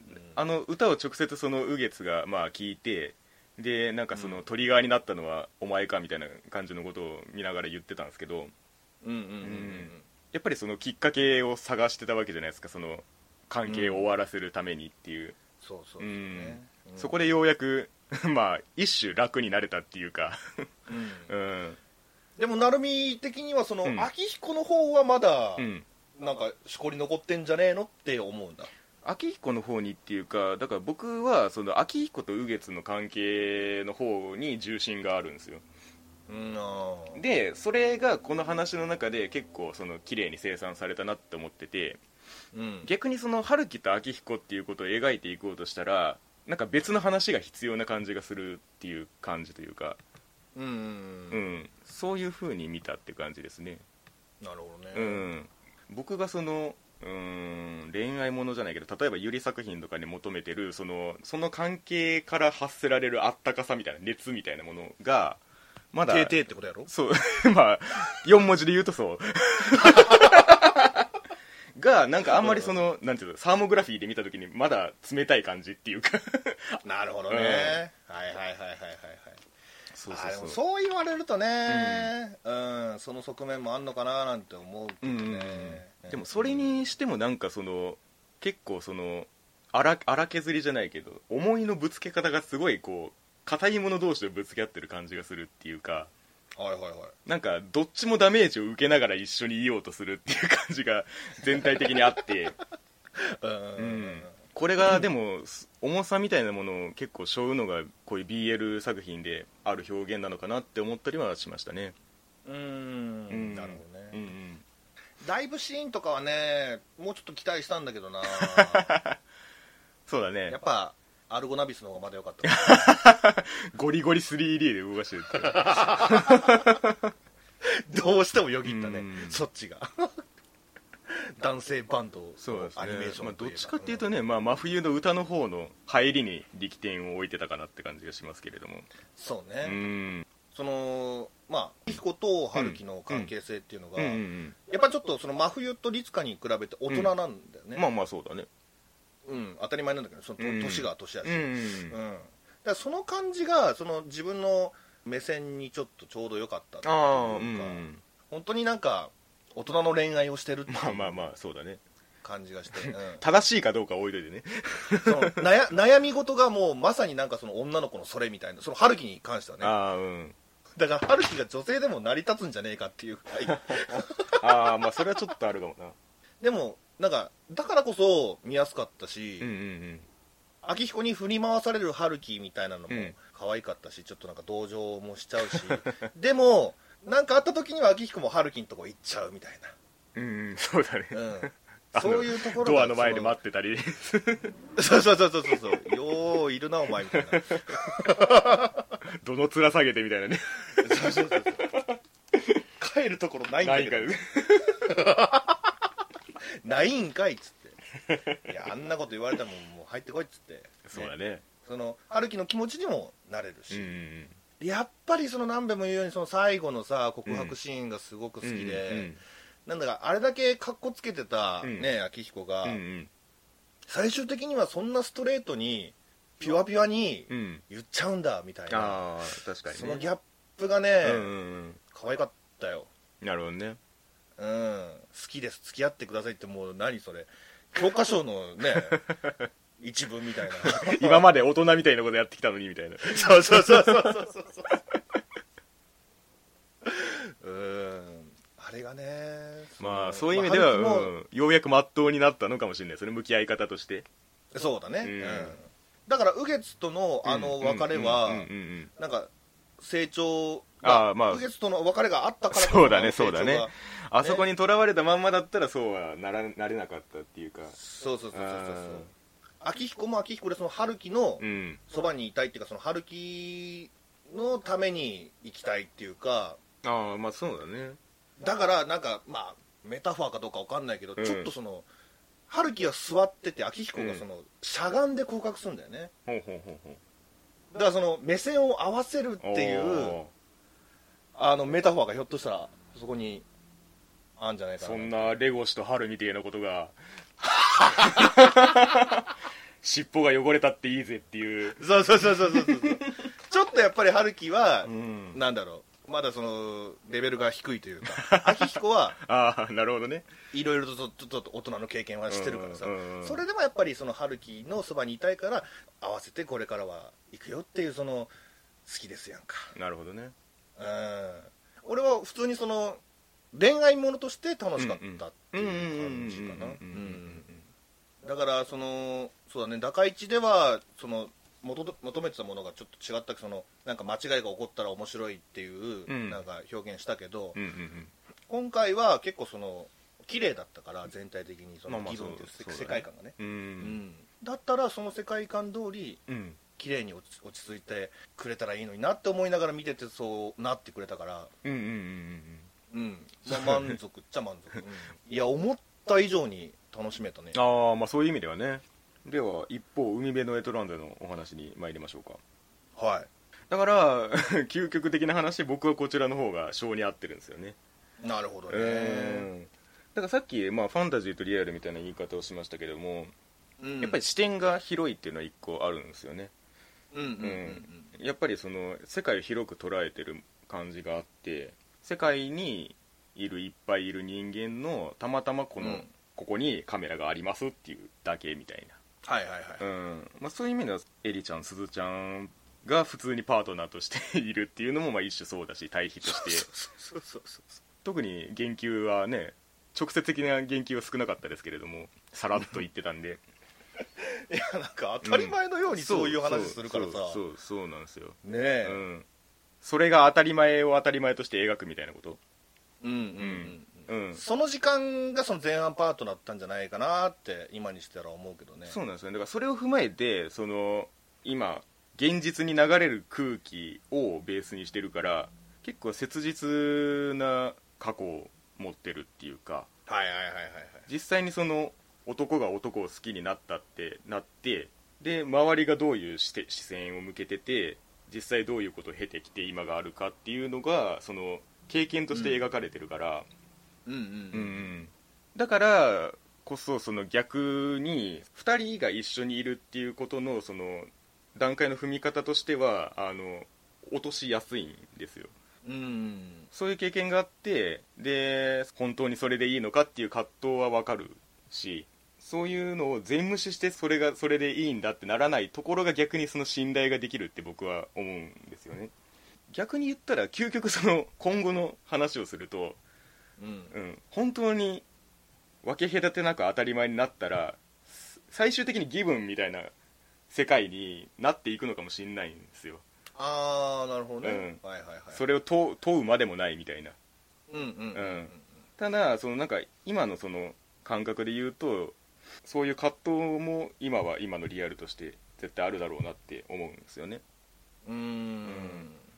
Speaker 2: 辺、うん
Speaker 1: あの歌を直接その右月がまあ聞いてでなんかそのトリガーになったのはお前かみたいな感じのことを見ながら言ってたんですけど
Speaker 2: うんうんうん
Speaker 1: やっぱりそのきっかけを探してたわけじゃないですかその関係を終わらせるためにっていう、
Speaker 2: そうそうそうね、うん
Speaker 1: そこでようやく まあ一種楽になれたっていうか
Speaker 2: うん
Speaker 1: うん
Speaker 2: でも成海的にはその、
Speaker 1: うん
Speaker 2: 秋彦の方はまだ、
Speaker 1: うん
Speaker 2: なんかしこり残ってんじゃねえのって思うんだ
Speaker 1: 明彦の方にっていうかだから僕はその明彦と右月の関係の方に重心があるんですよ
Speaker 2: うんあー
Speaker 1: でそれがこの話の中で結構その綺麗に清算されたなって思ってて
Speaker 2: うん
Speaker 1: 逆にその春樹と明彦っていうことを描いていこうとしたらなんか別の話が必要な感じがするっていう感じというか、
Speaker 2: うんうん
Speaker 1: う
Speaker 2: うん
Speaker 1: ん、そういう風に見たって感じですね
Speaker 2: なるほどね、
Speaker 1: うん、僕がそのうーん恋愛ものじゃないけど例えばゆり作品とかに求めてるそのその関係から発せられるあったかさみたいな熱みたいなものがまだ
Speaker 2: TT ってことやろ
Speaker 1: そう まあ4文字で言うとそう がなんかあんまりそのなんていうのサーモグラフィーで見た時にまだ冷たい感じっていうか
Speaker 2: なるほどね、
Speaker 1: うん
Speaker 2: はいはいはいはいはいはい
Speaker 1: そ
Speaker 2: あーでもそう言われるとね、うんその側面もあんのかななんて思うけ
Speaker 1: う
Speaker 2: ど
Speaker 1: ん
Speaker 2: ね、
Speaker 1: うんうんでもそれにしてもなんかその結構その荒荒削りじゃないけど思いのぶつけ方がすごいこう硬いもの同士でぶつけ合ってる感じがするっていうか
Speaker 2: はいはいはい
Speaker 1: なんかどっちもダメージを受けながら一緒にいようとするっていう感じが全体的にあって、
Speaker 2: うん
Speaker 1: う
Speaker 2: うん
Speaker 1: ん、これがでも重さみたいなものを結構背負うのがこういう BL 作品である表現なのかなって思ったりはしましたね。
Speaker 2: うん、
Speaker 1: うん
Speaker 2: なるほどね、
Speaker 1: うんうん
Speaker 2: ライブシーンとかはねもうちょっと期待したんだけ どな
Speaker 1: そうだね
Speaker 2: やっぱアルゴナビスの方がまだ良かった
Speaker 1: ゴリゴリ 3D で動かしてるっていう
Speaker 2: どうしてもよぎったね、
Speaker 1: うん
Speaker 2: そっちが 男性バンド
Speaker 1: そうですね
Speaker 2: アニメーション
Speaker 1: まあ、
Speaker 2: と
Speaker 1: ど
Speaker 2: いえば
Speaker 1: っちかっていうとね、まあ、真冬の歌の方の入りに力点を置いてたかなって感じがしますけれども
Speaker 2: そう
Speaker 1: う
Speaker 2: ね、
Speaker 1: ん
Speaker 2: そのまあ彦と春樹の関係性っていうのが、
Speaker 1: うんうん
Speaker 2: やっぱちょっとその真冬と律香に比べて大人なんだよ
Speaker 1: う
Speaker 2: ね、
Speaker 1: んまあまあそうだね
Speaker 2: うん、当たり前なんだけどそのと
Speaker 1: うん
Speaker 2: 年が年や
Speaker 1: う
Speaker 2: し、
Speaker 1: ん
Speaker 2: うんだからその感じがその自分の目線にちょっとちょうど良かったっていうか
Speaker 1: ああうん
Speaker 2: 本当になんか大人の恋愛をしてるってい
Speaker 1: まあまあ
Speaker 2: う
Speaker 1: まあそうだね
Speaker 2: 感じがして、うん
Speaker 1: 正しいかどうかは置いといてね
Speaker 2: その悩悩み事がもうまさになんかその女の子のそれみたいなその春樹に関してはね
Speaker 1: ああうん
Speaker 2: だから春樹が女性でも成り立つんじゃねえかっていうぐらい
Speaker 1: ああまあそれはちょっとあるかもな
Speaker 2: でもなんかだからこそ見やすかったし、
Speaker 1: うんうん
Speaker 2: 秋彦に振り回される春樹みたいなのも
Speaker 1: うん
Speaker 2: 可愛かったし、ちょっとなんか同情もしちゃうし でもなんかあった時には秋彦も春樹のとこ行っちゃうみたい
Speaker 1: うんうんそうだね
Speaker 2: な、うん
Speaker 1: あの
Speaker 2: そういうところ
Speaker 1: ドアの前で待
Speaker 2: っ
Speaker 1: ってたり
Speaker 2: てそうそうそうそうそうよういるなお前みたいな
Speaker 1: どの面下げてみたいなね
Speaker 2: そうそうそうそう帰るところないんだ
Speaker 1: な
Speaker 2: け
Speaker 1: いか
Speaker 2: ど
Speaker 1: ら
Speaker 2: ないんかいっつっていやあんなこと言われたらもうもう入ってこいっつって、
Speaker 1: そうだ
Speaker 2: ね
Speaker 1: ね
Speaker 2: その春樹の気持ちにもなれる
Speaker 1: うん
Speaker 2: し、やっぱりその何べも言うようにその最後のさ告白シーンがすごく好
Speaker 1: うんうん
Speaker 2: きで、なんだかあれだけかっこつけてた、
Speaker 1: うん
Speaker 2: ね明彦が、
Speaker 1: うんうん
Speaker 2: 最終的にはそんなストレートにピュアピュアに
Speaker 1: うんうん
Speaker 2: 言っちゃうんだみたいな、
Speaker 1: ああ確かにね
Speaker 2: そのギャップがね、
Speaker 1: うんうん
Speaker 2: 可愛かったよ、
Speaker 1: うんなるほどね
Speaker 2: うん、好きです付き合ってくださいってもう何それ教科書 のね一文みたいな
Speaker 1: 今まで大人みたいなことやってきたのにみたいな
Speaker 2: そうそうそうそうそうそうそううんあれがね
Speaker 1: まあ
Speaker 2: の
Speaker 1: そういう意味では、
Speaker 2: まあ春樹も
Speaker 1: うんようやく真っ当になったのかもしれないそれ向き合い方として
Speaker 2: そうだね、
Speaker 1: うん
Speaker 2: うんだから右月とのあの別れは、
Speaker 1: うんうんうんうん
Speaker 2: なんか成長
Speaker 1: ああまあ
Speaker 2: 右月との別れがあったからこ
Speaker 1: そうだねそうだね
Speaker 2: 成長が
Speaker 1: あそこにとらわれたまんまだったらそうはならなれなかったっていうか
Speaker 2: そうそうそうそうそう
Speaker 1: う
Speaker 2: そう
Speaker 1: ん
Speaker 2: 秋彦も秋彦でその春樹の
Speaker 1: うん
Speaker 2: そばにいたいっていうかその春樹のために行きたいっていうか
Speaker 1: ああまあそうだね
Speaker 2: だからなんかまあメタファーかどうかわかんないけど、
Speaker 1: うん
Speaker 2: ちょっとその春樹は座ってて秋彦
Speaker 1: う
Speaker 2: が
Speaker 1: ん
Speaker 2: その、しゃがんで告白するんだよね
Speaker 1: ほうほうほうほう
Speaker 2: だからその目線を合わせるっていう
Speaker 1: おー
Speaker 2: あのメタファーがひょっとしたらそこにあんじゃないかな
Speaker 1: そんなレゴシとハルみたいなこと が尻尾が汚れたっていいぜっていう
Speaker 2: そうそうそうそうそうそうちょっとやっぱり春樹は、
Speaker 1: ん
Speaker 2: なんだろうまだそのレベルが低いというか秋彦は
Speaker 1: ああなるほどね
Speaker 2: いろいろとちょっとちょっと大人の経験はしてるからさ、
Speaker 1: うんうんうん
Speaker 2: それでもやっぱりその春樹のそばにいたいから合わせてこれからは行くよっていうその好きですやんか
Speaker 1: なるほどね
Speaker 2: うん俺は普通にその恋愛ものとして楽しかったっていう感じかな
Speaker 1: うんうんうんうんうんうんうん
Speaker 2: うんだからそのそうだね「高市」ではその求め求めてたものがちょっと違ったそのなんか間違いが起こったら面白いっていう、
Speaker 1: うん
Speaker 2: なんか表現したけど、
Speaker 1: うんうんうん
Speaker 2: 今回は結構その綺麗だったから全体的にそ
Speaker 1: ま
Speaker 2: の
Speaker 1: あまあ
Speaker 2: 気分っていう
Speaker 1: そうそ
Speaker 2: せ
Speaker 1: うだね
Speaker 2: 世界観がね、
Speaker 1: う
Speaker 2: うん
Speaker 1: ん
Speaker 2: だったらその世界観通り
Speaker 1: うん
Speaker 2: 綺麗に落ち落ち着いてくれたらいいのになって思いながら見ててそうなってくれたから
Speaker 1: うんうんうんうん
Speaker 2: うん、まあ、満足っちゃ満足、うんいや思った以上に楽しめたね
Speaker 1: ああまあそういう意味ではねでは一方海辺のエトランドのお話に参りましょうか
Speaker 2: は
Speaker 1: だから究極的な話僕はこちらの方が性に合ってるんですよね
Speaker 2: いなるほどね、
Speaker 1: うんだからさっき、まあ、ファンタジーとリアルみたいな言い方をしましたけども、
Speaker 2: うん
Speaker 1: やっぱり視点が広いっていうのは一個あるんですよね
Speaker 2: うんうんうん
Speaker 1: やっぱりその世界を広く捉えてる感じがあって世界にいるいっぱいいる人間のたまたまこの、
Speaker 2: うん
Speaker 1: ここにカメラがありますっていうだけみたいな
Speaker 2: はいはいはい、
Speaker 1: うんまあ、そういう意味ではエリちゃんすずちゃんが普通にパートナーとしているっていうのもまあ一種そうだし対比として
Speaker 2: そうそうそう
Speaker 1: 特に言及はね直接的な言及は少なかったですけれどもさらっと言ってた んで
Speaker 2: いやなんか当たり前のようにそういう話するからさ、
Speaker 1: そうそうそうそうなんですよ、
Speaker 2: ねえ、
Speaker 1: うん、それが当たり前を当たり前として描くみたいなこと
Speaker 2: うんうん
Speaker 1: う
Speaker 2: うん
Speaker 1: ん
Speaker 2: その時間がその前半パートだったんじゃないかなって今にしてたら思うけどね
Speaker 1: そうなんですよねだからそれを踏まえてその今現実に流れる空気をベースにしてるから結構切実な過去を持ってるっていうか
Speaker 2: はいはいはいはいはい
Speaker 1: 実際にその男が男を好きになったってなってで周りがどういうして視線を向けてて実際どういうことを経てきて今があるかっていうのがその経験として描かれてるから、
Speaker 2: うん
Speaker 1: う
Speaker 2: う
Speaker 1: う
Speaker 2: ん
Speaker 1: んんだからこそその逆に2人が一緒にいるっていうことのその段階の踏み方としてはあの落としやすいんですよ
Speaker 2: うんうん
Speaker 1: そういう経験があってで本当にそれでいいのかっていう葛藤は分かるしそういうのを全無視してそれがそれでいいんだってならないところが逆にその信頼ができるって僕は思うんですよね逆に言ったら究極その今後の話をすると
Speaker 2: うん
Speaker 1: うん、本当に分け隔てなく当たり前になったらす最終的にギブンみたいな世界になっていくのかもしれないんですよ
Speaker 2: ああなるほどね、
Speaker 1: う
Speaker 2: はいはいはい
Speaker 1: それを問う問うまでもないみたいな
Speaker 2: うんうん
Speaker 1: うんただそのなんか今のその感覚で言うとそういう葛藤も今は今のリアルとして絶対あるだろうなって思うんですよね
Speaker 2: うんうん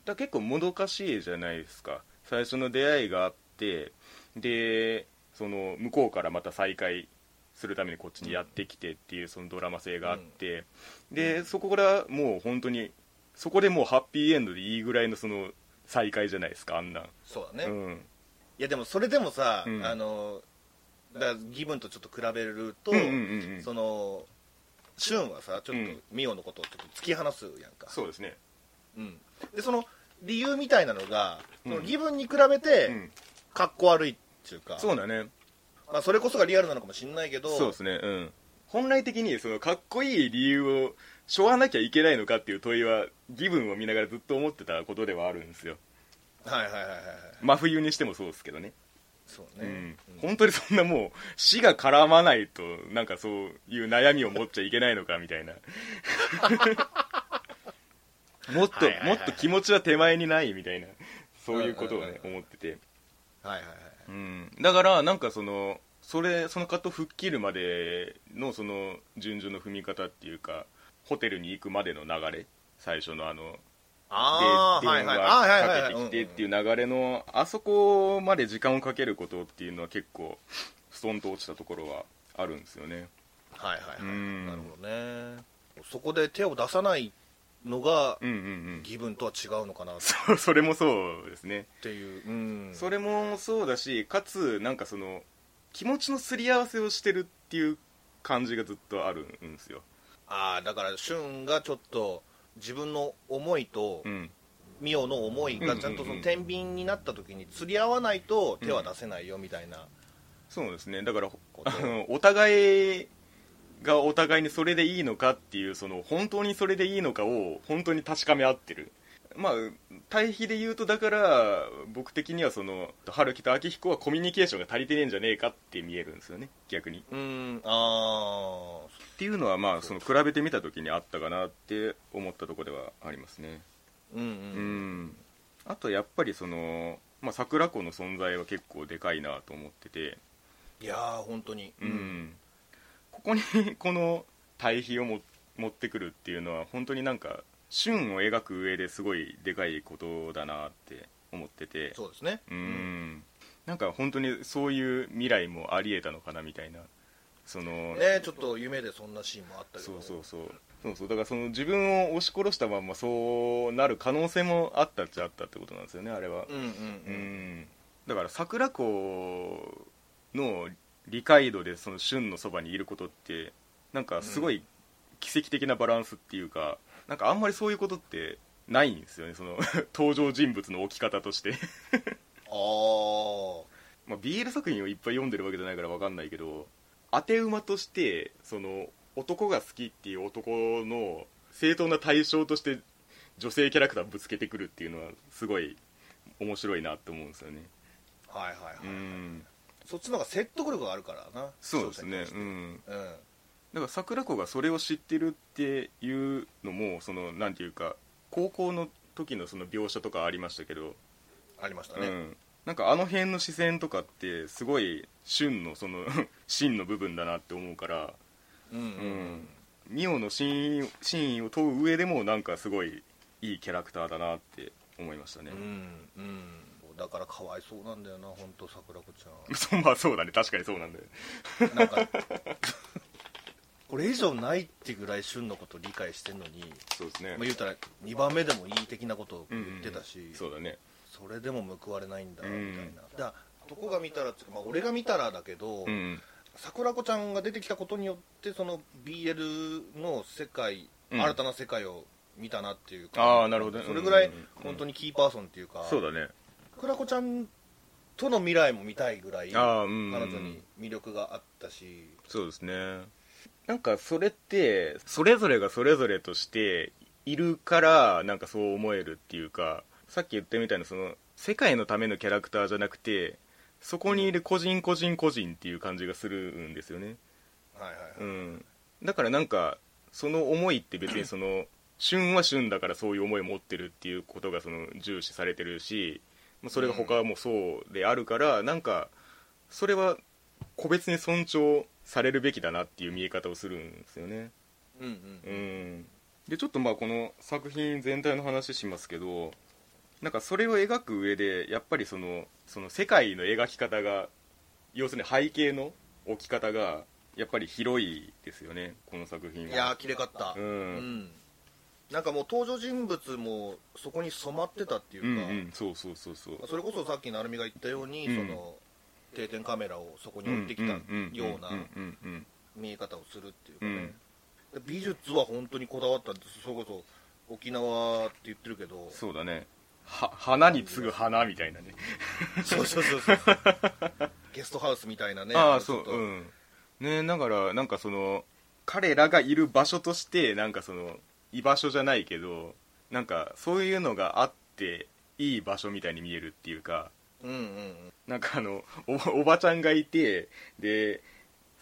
Speaker 1: だから結構もどかしいじゃないですか最初の出会いがあってでその向こうからまた再会するためにこっちにやってきてっていうそのドラマ性があって、
Speaker 2: う
Speaker 1: で
Speaker 2: ん
Speaker 1: そこからもう本当にそこでもうハッピーエンドでいいぐらいのその再会じゃないですかあんなん、
Speaker 2: そう
Speaker 1: う
Speaker 2: だね、
Speaker 1: ん、
Speaker 2: いやでもそれでもさ、
Speaker 1: うん
Speaker 2: あのだからギブンとちょっと比べると、
Speaker 1: うんうんうんうん
Speaker 2: そのシュンはさちょっ
Speaker 1: う
Speaker 2: と
Speaker 1: ん
Speaker 2: ミオのことをちょっと突き放すやんか、
Speaker 1: そうですね
Speaker 2: うん、でその理由みたいなのが、
Speaker 1: うん
Speaker 2: そのギブンに比べて、
Speaker 1: うん
Speaker 2: かっこ悪いっていうか
Speaker 1: そうだね
Speaker 2: まあ、それこそがリアルなのかもしれないけど
Speaker 1: そうですねうん本来的にそのかっこいい理由をしょわなきゃいけないのかっていう問いは義分を見ながらずっと思ってたことではあるんですよ
Speaker 2: はいはいはいはいはい
Speaker 1: 真冬にしてもそうですけどね、
Speaker 2: そう
Speaker 1: う
Speaker 2: ね
Speaker 1: ん、
Speaker 2: うん
Speaker 1: 本当にそんなもう死が絡まないとなんかそういう悩みを持っちゃいけないのかみた いなもっと、
Speaker 2: はいはいはい
Speaker 1: もっと気持ちは手前にないみたいなそういうことをね、
Speaker 2: うんうんうん
Speaker 1: 思ってて、
Speaker 2: はいはいはい
Speaker 1: うん、だからなんかそのそれその方吹っ切るまでのその順序の踏み方っていうかホテルに行くまでの流れ最初のあの
Speaker 2: ああ
Speaker 1: で
Speaker 2: はい
Speaker 1: 電
Speaker 2: は
Speaker 1: 話
Speaker 2: いあーはいはい
Speaker 1: か
Speaker 2: は
Speaker 1: け
Speaker 2: い
Speaker 1: てきてっていうう流れのあそこまで時間をかけることっていうのは結構ストンと落ちたところはあるんですよね
Speaker 2: んうんはいはいはい、
Speaker 1: うん
Speaker 2: なるほどねそこで手を出さないのが
Speaker 1: うんうんうん
Speaker 2: 義分とは違うのかなっ
Speaker 1: そうそれもそうですね、
Speaker 2: ていう、うん、
Speaker 1: それもそうだしかつなんかその気持ちのすり合わせをしてるっていう感じがずっとあるんですよ
Speaker 2: ああだから俊がちょっと自分の思いと、
Speaker 1: うん
Speaker 2: ミオの思いがちゃん
Speaker 1: うんうん
Speaker 2: とそ
Speaker 1: う
Speaker 2: の
Speaker 1: ん
Speaker 2: 天秤になった時に釣り合わないと手は出せないよみたいな
Speaker 1: そうですねだから
Speaker 2: こと
Speaker 1: あのお互いがお互いにそれでいいのかっていうその本当にそれでいいのかを本当に確かめ合ってるまあ対比で言うとだから僕的にはその春樹と明彦はコミュニケーションが足りてねえんじゃねえかって見えるんですよね逆に
Speaker 2: うんああ
Speaker 1: っていうのはまあその比べてみた時にあったかなって思ったところではありますね
Speaker 2: うんう
Speaker 1: うんんあとやっぱりその、まあ、桜子の存在は結構でかいなと思ってて
Speaker 2: いやー本当に
Speaker 1: うんここにこの対比をも持ってくるっていうのは本当になんか旬を描く上ですごいでかいことだなって思ってて
Speaker 2: そうですね
Speaker 1: うんなんか本当にそういう未来もありえたのかなみたいなその、
Speaker 2: ねちょっと夢でそんなシーンもあったけど
Speaker 1: そうそうそうそうそうだからその自分を押し殺したまんまそうなる可能性もあったっちゃあったってことなんですよねあれは
Speaker 2: うんうん
Speaker 1: う
Speaker 2: うん
Speaker 1: んだから桜子の理解度でその旬のそばにいることってなんかすごい奇跡的なバランスっていうか、なんかあんまりそういうことってないんですよねその 登場人物の置き方として
Speaker 2: あ
Speaker 1: まあ BL 作品をいっぱい読んでるわけじゃないから分かんないけど当て馬としてその男が好きっていう男の正当な対象として女性キャラクターぶつけてくるっていうのはすごい面白いなと思うんですよね
Speaker 2: あはいはいはい、
Speaker 1: うん
Speaker 2: そっちの方が説得力があるからな
Speaker 1: そうですね
Speaker 2: 視
Speaker 1: う
Speaker 2: 聴者に
Speaker 1: ん
Speaker 2: 対してうん
Speaker 1: だから桜子がそれを知ってるっていうのもそのなんていうか高校の時のその描写とかありましたけど、
Speaker 2: ありました
Speaker 1: う
Speaker 2: ね
Speaker 1: ん、なんかあの辺の視線とかってすごい旬のその 真の部分だなって思うから
Speaker 2: うんうん
Speaker 1: うんミオの真意真意を問う上でもなんかすごいいいキャラクターだなって思いましたね
Speaker 2: うん、うんだからかわいそうなんだよな本当桜子ちゃん
Speaker 1: そう まあそうだね確かにそうなんだよ
Speaker 2: なんかこれ以上ないってぐらい旬のこと理解してんのに、
Speaker 1: そうですね
Speaker 2: まあ、言うたら2番目でもいい的なことを言ってたし、
Speaker 1: そうだね
Speaker 2: それでも報われないんだみた
Speaker 1: う
Speaker 2: いな、
Speaker 1: ん
Speaker 2: だから男が見たらっていうか、まあ、俺が見たらだけど、
Speaker 1: うん
Speaker 2: 桜子ちゃんが出てきたことによってその BL の世界、
Speaker 1: うん
Speaker 2: 新たな世界を見たなっていうか
Speaker 1: あーなるほどね
Speaker 2: それぐら
Speaker 1: う
Speaker 2: い
Speaker 1: んうんうん
Speaker 2: 本当にキーパーソンっていうか、
Speaker 1: そうだね
Speaker 2: 桜子ちゃんとの未来も見たいぐらい彼
Speaker 1: ああうん
Speaker 2: 女に魅力があったし、
Speaker 1: そうですねなんかそれってそれぞれがそれぞれとしているからなんかそう思えるっていうかさっき言ったみたいなその世界のためのキャラクターじゃなくてそこにいる個人個人個人っていう感じがするんですよね
Speaker 2: はいはいはい、
Speaker 1: うんだからなんかその思いって別にその旬は旬だからそういう思いを持ってるっていうことがその重視されてるしまあそれが他もそうであるから、なんかそれは個別に尊重されるべきだなっていう見え方をするんですよね。
Speaker 2: うんう
Speaker 1: う
Speaker 2: ん
Speaker 1: ん、でちょっとまあこの作品全体の話しますけどなんかそれを描く上でやっぱりそのその世界の描き方が要するに背景の置き方がやっぱり広いですよねこの作品はい
Speaker 2: やー綺麗かった
Speaker 1: う
Speaker 2: うんんなんかもう登場人物もそこに染まってたっていう
Speaker 1: うんう
Speaker 2: か、
Speaker 1: んそうそうそうそう
Speaker 2: それこそさっき成美が言ったように、
Speaker 1: うん
Speaker 2: その定点カメラをそこに置いてきたようなん
Speaker 1: うんうん
Speaker 2: 見え方をするっていうかね、美術は本当にこだわったんですそれこそ沖縄って言ってるけど
Speaker 1: そうだねは花に次ぐ花みたいなね
Speaker 2: そうそうそうそう ゲストハウスみたいなね
Speaker 1: ああそう
Speaker 2: ちょっと
Speaker 1: うんねだからなんかその彼らがいる場所としてなんかその居場所じゃないけどなんかそういうのがあっていい場所みたいに見えるっていうか
Speaker 2: うんうん
Speaker 1: なんかあのおおばちゃんがいてで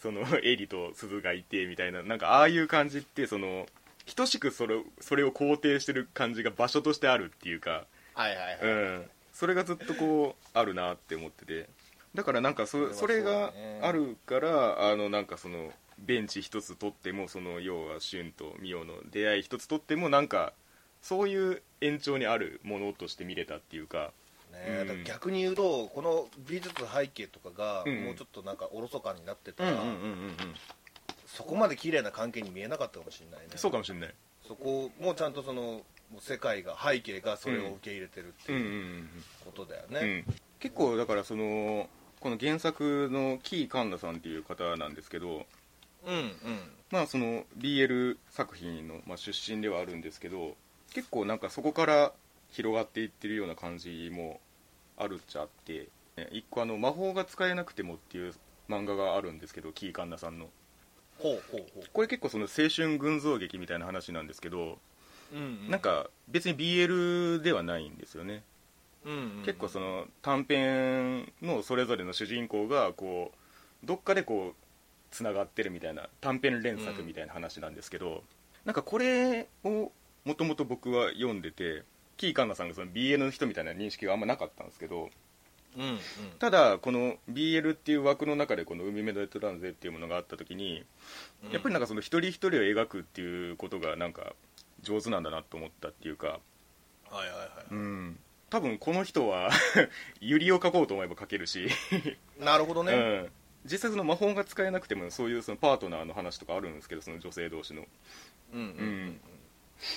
Speaker 1: そのエリと鈴がいてみたいななんかああいう感じってその等しくそれをそれを肯定してる感じが場所としてあるっていうか
Speaker 2: はいはいはい、
Speaker 1: うん、それがずっとこうあるなって思っててだからなんかそそ
Speaker 2: そ
Speaker 1: れ
Speaker 2: れは
Speaker 1: が
Speaker 2: そうだね
Speaker 1: あるからあのなんかそのベンチ一つ取ってもその要はシュンとミオの出会い一つ取ってもなんかそういう延長にあるものとして見れたっていうか
Speaker 2: ね
Speaker 1: うん
Speaker 2: だから逆に言うとこの美術背景とかが
Speaker 1: うん
Speaker 2: もうちょっとなんかおろそかになってたら、
Speaker 1: うん
Speaker 2: そこまで綺麗な関係に見えなかったかもしれないね
Speaker 1: そうかもしれない
Speaker 2: そこもちゃんとそのもう世界が背景がそれを受け入れてるって
Speaker 1: うんうん
Speaker 2: いうことだよね、
Speaker 1: うんうん結構だからそのこの原作のキーカンナさんっていう方なんですけど
Speaker 2: うんうん
Speaker 1: まあその BL 作品の、まあ、出身ではあるんですけど結構なんかそこから広がっていってるような感じもあるっちゃあってね一個あの「魔法が使えなくても」っていう漫画があるんですけどキーカンナさんの
Speaker 2: ほうほうほ
Speaker 1: これ結構その青春群像劇みたいな話なんですけど、
Speaker 2: う、うんうん
Speaker 1: なんか別に BL ではないんですよね
Speaker 2: うんうん
Speaker 1: 結構その短編のそれぞれの主人公がこうどっかでこうつながってるみたいな短編連作みたいな話なんですけど、なんかこれをもともと僕は読んでてキーカンナさんがその BL の人みたいな認識があんまなかったんですけど
Speaker 2: うんうん
Speaker 1: ただこの BL っていう枠の中でこの「海辺のエトランゼ」っていうものがあった時にやっぱりなんかその一人一人を描くっていうことがなんか上手なんだなと思ったっていうか
Speaker 2: はいはいは
Speaker 1: うん多分この人は ユリを描こうと思えば描けるし
Speaker 2: いなるほどね、
Speaker 1: うん、実際その魔法が使えなくてもそういうそのパートナーの話とかあるんですけどその女性同士の、
Speaker 2: うんうん
Speaker 1: うん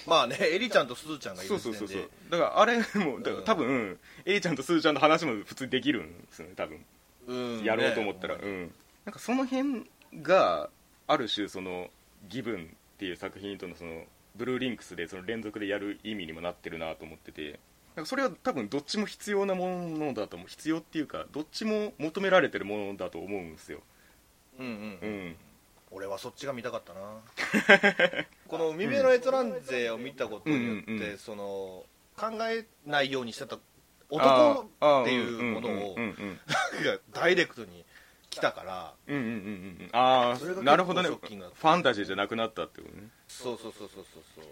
Speaker 2: まあねエリちゃんとすずちゃんがい
Speaker 1: そう
Speaker 2: る
Speaker 1: そ
Speaker 2: 時
Speaker 1: うそう
Speaker 2: 点
Speaker 1: そうだ
Speaker 2: で
Speaker 1: からあれもだから
Speaker 2: うん
Speaker 1: 多分エリちゃんとスーちゃんの話も普通にできるんですよね多分
Speaker 2: うん
Speaker 1: やろうと思ったら、
Speaker 2: ね
Speaker 1: うんなんかその辺がある種その「ギブン」っていう作品とのそのブルーリンクスでその連続でやる意味にもなってるなと思っててなんかそれは多分どっちも必要なものだと思う必要っていうかどっちも求められてるものだと思うんですよ、
Speaker 2: うんうん
Speaker 1: う、ん、
Speaker 2: 俺はそっちが見たかったな この「海辺のエトランゼ」を見たことによっ
Speaker 1: う
Speaker 2: て、
Speaker 1: んうんうん
Speaker 2: その考えないようにしてた男っていうものを
Speaker 1: うんうん
Speaker 2: なんかダイレクトに来たから
Speaker 1: うんうんうんうんうんあ
Speaker 2: それ
Speaker 1: あ
Speaker 2: が結構
Speaker 1: なるほどね
Speaker 2: シ
Speaker 1: フ
Speaker 2: ョッキングだった
Speaker 1: ァンタジーじゃなくなったってことね
Speaker 2: そうそうそうそうそうそう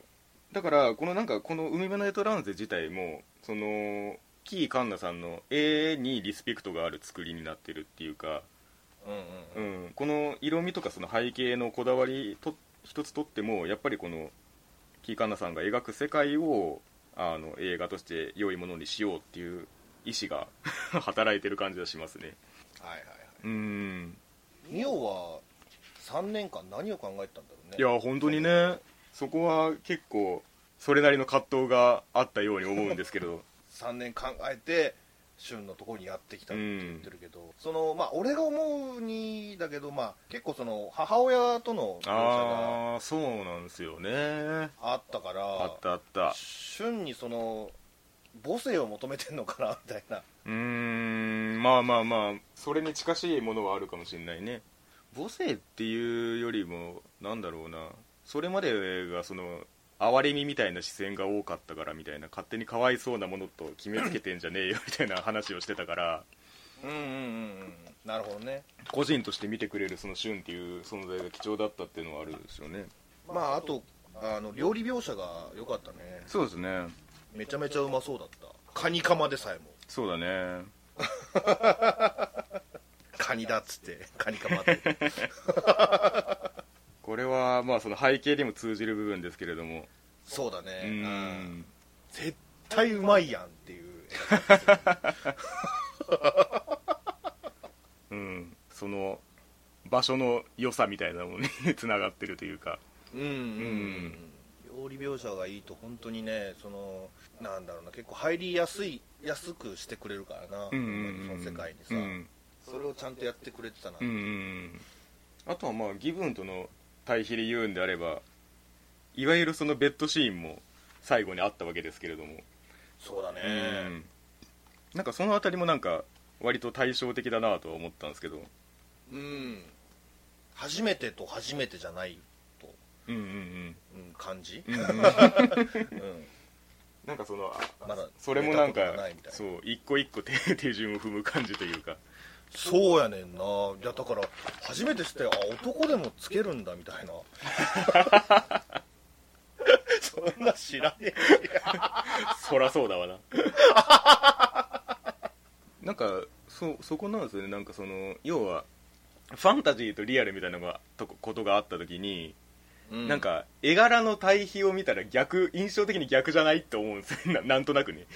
Speaker 1: だからこのなんかこの「海辺のエトランゼ」自体もそのキーカンナさんの絵にリスペクトがある作りになってるっていうか、
Speaker 2: うんうん
Speaker 1: う
Speaker 2: うん
Speaker 1: ん、この色味とかその背景のこだわりと一つとってもやっぱりこのキーカンナさんが描く世界をあの映画として良いものにしようっていう意志が 働いてる感じがしますね
Speaker 2: はいはいはい
Speaker 1: うん
Speaker 2: ミオは3年間何を考えてたんだろうね
Speaker 1: いや本当にねそこは結構それなりの葛藤があったように思うんですけ れど
Speaker 2: 3年考えて旬のところにやってきたって言ってるけど、そのまあ俺が思うにだけどまあ結構その母親との描写が
Speaker 1: ああそうなんですよね
Speaker 2: あったから
Speaker 1: あったあった
Speaker 2: 瞬にその母性を求めてんのかなみたいな
Speaker 1: うーんまあまあまあそれに近しいものはあるかもしれないね母性っていうよりもなんだろうなそれまでがその哀れみみたいな視線が多かったからみたいな勝手にかわいそうなものと決めつけてんじゃねえよみたいな話をしてたから
Speaker 2: うんうんうんなるほどね
Speaker 1: 個人として見てくれるそのシュンっていう存在が貴重だったっていうのはあるんですよね
Speaker 2: まああとあの料理描写が良かったね
Speaker 1: そうですね
Speaker 2: めちゃめちゃうまそうだったカニカマでさえも
Speaker 1: そうだね
Speaker 2: カニだっつって カニカマって
Speaker 1: これはまあその背景にも通じる部分ですけれども
Speaker 2: そうだね
Speaker 1: う
Speaker 2: うん
Speaker 1: ん
Speaker 2: 絶対うまいやんっていう
Speaker 1: うんその場所の良さみたいなものに つながってるというか
Speaker 2: うんうんうん料理描写がいいと本当にねそのなんだろうな結構入りやすい安くしてくれるからな、
Speaker 1: うんうんうん
Speaker 2: その世界にさ、
Speaker 1: うん
Speaker 2: それをちゃんとやってくれてたな、
Speaker 1: うんうんうんあとはまあギブンとの対比で言うんであればいわゆるそのベッドシーンも最後にあったわけですけれども
Speaker 2: そうだね、
Speaker 1: うんなんかそのあたりもなんか割と対照的だなとは思ったんですけど
Speaker 2: うん初めてと初めてじゃないと、
Speaker 1: うんうん
Speaker 2: うん、感じ、
Speaker 1: うん、うん、
Speaker 2: うん、
Speaker 1: なんかそのあ
Speaker 2: まだ
Speaker 1: それもなん
Speaker 2: 出た
Speaker 1: か
Speaker 2: ことがないみたいな
Speaker 1: そう一個一個手 手順を踏む感じというか
Speaker 2: そうやねんないやだから初めて知ってあ男でもつけるんだみた いなそんな知らね
Speaker 1: そらそうだわな なんかそそこなんですよねなんかその要はファンタジーとリアルみたいなのがとこことがあった時に、
Speaker 2: え、
Speaker 1: なんか絵柄の対比を見たら逆印象的に逆じゃないって思うんですよな なんとなくね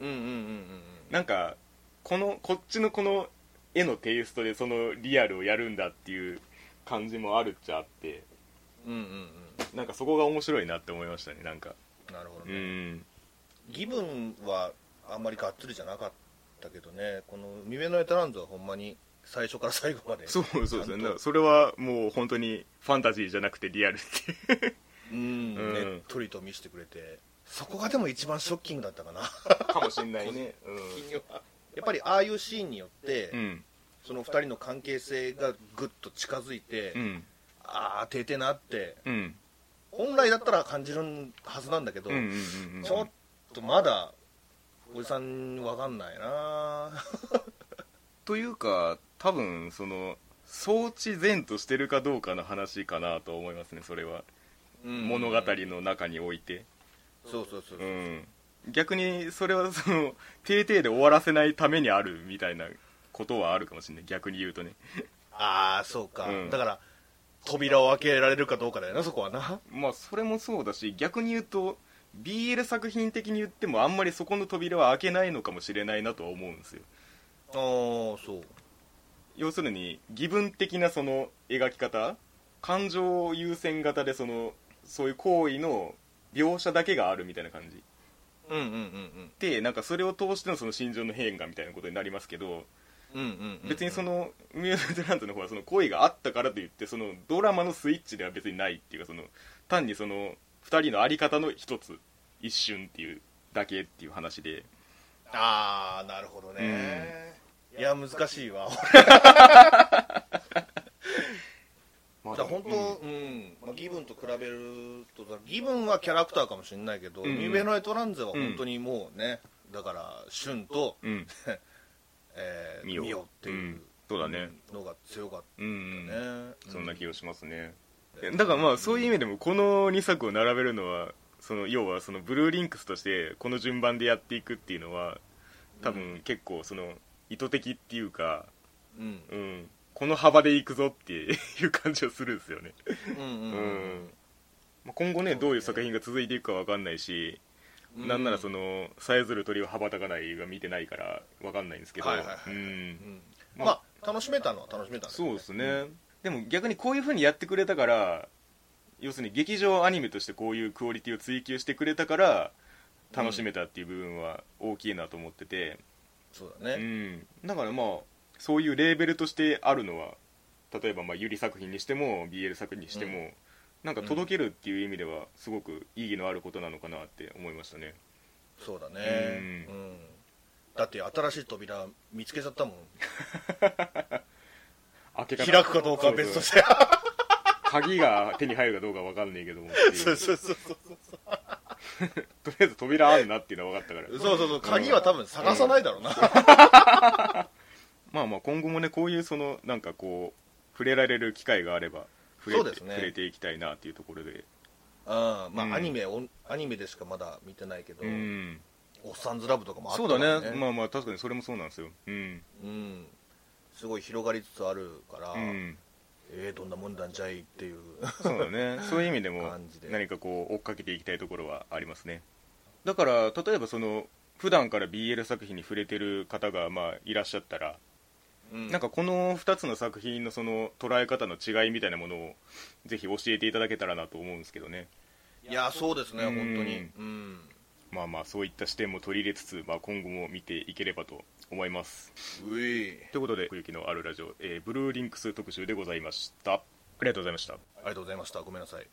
Speaker 2: うんうんうん
Speaker 1: なんかこのこっちのこの絵のテイストでそのリアルをやるんだっていう感じもあるっちゃあって
Speaker 2: うんうんうん
Speaker 1: なんかそこが面白いなって思いましたねなんか
Speaker 2: うんなるほど
Speaker 1: う
Speaker 2: ね、
Speaker 1: ん
Speaker 2: ギブンはあんまりがっつりじゃなかったけどねこの「海辺のエタランズ」はほんまに最初から最後まで
Speaker 1: そうそうです
Speaker 2: ちゃ
Speaker 1: ね
Speaker 2: んと
Speaker 1: だからそれはもう本当にファンタジーじゃなくてリアルっていう
Speaker 2: うん
Speaker 1: うん
Speaker 2: ねっとりと見せてくれてそこがでも一番ショッキングだったかな
Speaker 1: かもしんないね
Speaker 2: やっぱりああいうシーンによって、
Speaker 1: うん
Speaker 2: その2人の関係性がぐっと近づいて、
Speaker 1: うん
Speaker 2: ああてえてえなって
Speaker 1: うん
Speaker 2: 本来だったら感じるはずなんだけど、
Speaker 1: うんうんうんうん
Speaker 2: ちょっとまだおじさんわかんないな
Speaker 1: というか多分その装置善としてるかどうかの話かなと思いますねそれは 物語の中において
Speaker 2: そうそうそう、
Speaker 1: うん、逆にそれはその定々で終わらせないためにあるみたいなことはあるかもしれない逆に言うとね
Speaker 2: ああそうか、
Speaker 1: うん
Speaker 2: だから扉を開けられるかどうかだよなそこはな
Speaker 1: まあそれもそうだし逆に言うと BL 作品的に言ってもあんまりそこの扉は開けないのかもしれないなとは思うんですよ
Speaker 2: ああそう
Speaker 1: 要するに義分的なその描き方感情優先型でそのそういう行為の描写だけがあるみたいな感じ
Speaker 2: うんうんうん
Speaker 1: でなんかそれを通してのその心情の変化みたいなことになりますけど
Speaker 2: うんうんうんうん
Speaker 1: 別にそのミューズランドの方はその恋があったからといってそのドラマのスイッチでは別にないっていうかその単にその2人の在り方の一つ一瞬っていうだけっていう話で
Speaker 2: ああなるほどね、いや難しい わ
Speaker 1: ま
Speaker 2: だから本当、うんまあ、ギブンと比べるとだギブンはキャラクターかもしれないけど、
Speaker 1: うんうん
Speaker 2: ニュベノエトランゼは本当にもうね、だからシュンと、
Speaker 1: うん、うん
Speaker 2: えー、ミ
Speaker 1: ミオ
Speaker 2: オっていう、
Speaker 1: んそうだね
Speaker 2: のが強かっ
Speaker 1: うん、
Speaker 2: たね、
Speaker 1: そんな気
Speaker 2: を
Speaker 1: がしますねだからまあそういう意味でもこの2作を並べるのはその要はそのブルーリンクスとしてこの順番でやっていくっていうのは多分結構その意図的っていうか
Speaker 2: うん
Speaker 1: うん、この幅でいくぞっていう感じはするんですよね、
Speaker 2: うんうん
Speaker 1: う
Speaker 2: うんん
Speaker 1: まあ今後ね
Speaker 2: そうだね
Speaker 1: どういう作品が続いていくかわかんないし、
Speaker 2: うん
Speaker 1: なんならそのさえずる鳥を羽ばたかない映画見てないからわかんないんですけど、
Speaker 2: はいはいはいはい
Speaker 1: うん、
Speaker 2: まあ、楽しめたのは楽しめたんだよ
Speaker 1: そうですね、でも逆にこういう風にやってくれたから要するに劇場アニメとしてこういうクオリティを追求してくれたから楽しめたっていう部分は大きいなと思ってて、
Speaker 2: そう
Speaker 1: う
Speaker 2: だね
Speaker 1: ん、だからまあそういうレーベルとしてあるのは例えばまあゆり作品にしても BL 作品にしても、なんか届けるっていう意味ではすごく意義のあることなのかなって思いましたね
Speaker 2: そうだね
Speaker 1: う
Speaker 2: うんん、だって新しい扉見つけちゃったもん
Speaker 1: 開け方
Speaker 2: 開くかどうかは別として
Speaker 1: 鍵が手に入るかどうかわかんないけどもっていう
Speaker 2: そうそうそうそう
Speaker 1: とりあえず扉あるなっていうのは分かったから
Speaker 2: そうそうそう鍵は多分探さないだろうな、
Speaker 1: まあまあ今後もねこういうそのなんかこう触れられる機会があれば触れて
Speaker 2: そうですね
Speaker 1: 触れていきたいなっていうところで
Speaker 2: あーまあ、
Speaker 1: うん
Speaker 2: アニメをアニメでしかまだ見てないけど、
Speaker 1: うん
Speaker 2: おっさんずラブとかもあった
Speaker 1: そう
Speaker 2: か
Speaker 1: だ
Speaker 2: ら
Speaker 1: ねまあまあ確かにそれもそうなんですようん
Speaker 2: うん、すごい広がりつつあるから、
Speaker 1: うん
Speaker 2: えー、どんなもんだんじゃいっていう
Speaker 1: そうだ ねそういう意味でも
Speaker 2: 感じで
Speaker 1: 何かこう追っかけていきたいところはありますねだから例えばその普段から BL 作品に触れてる方がまあいらっしゃったら なんかこの2つの作品のその捉え方の違いみたいなものをぜひ教えていただけたらなと思うんですけどね
Speaker 2: いやそうですね
Speaker 1: うん
Speaker 2: 本当にうん
Speaker 1: まあまあそういった視点も取り入れつつ、まあ、今後も見ていければと思います
Speaker 2: うい
Speaker 1: ということで奥行きのあるラジオ、えーブルーリンクス特集でございましたありがとうございました
Speaker 2: ありがとうございましたごめんなさい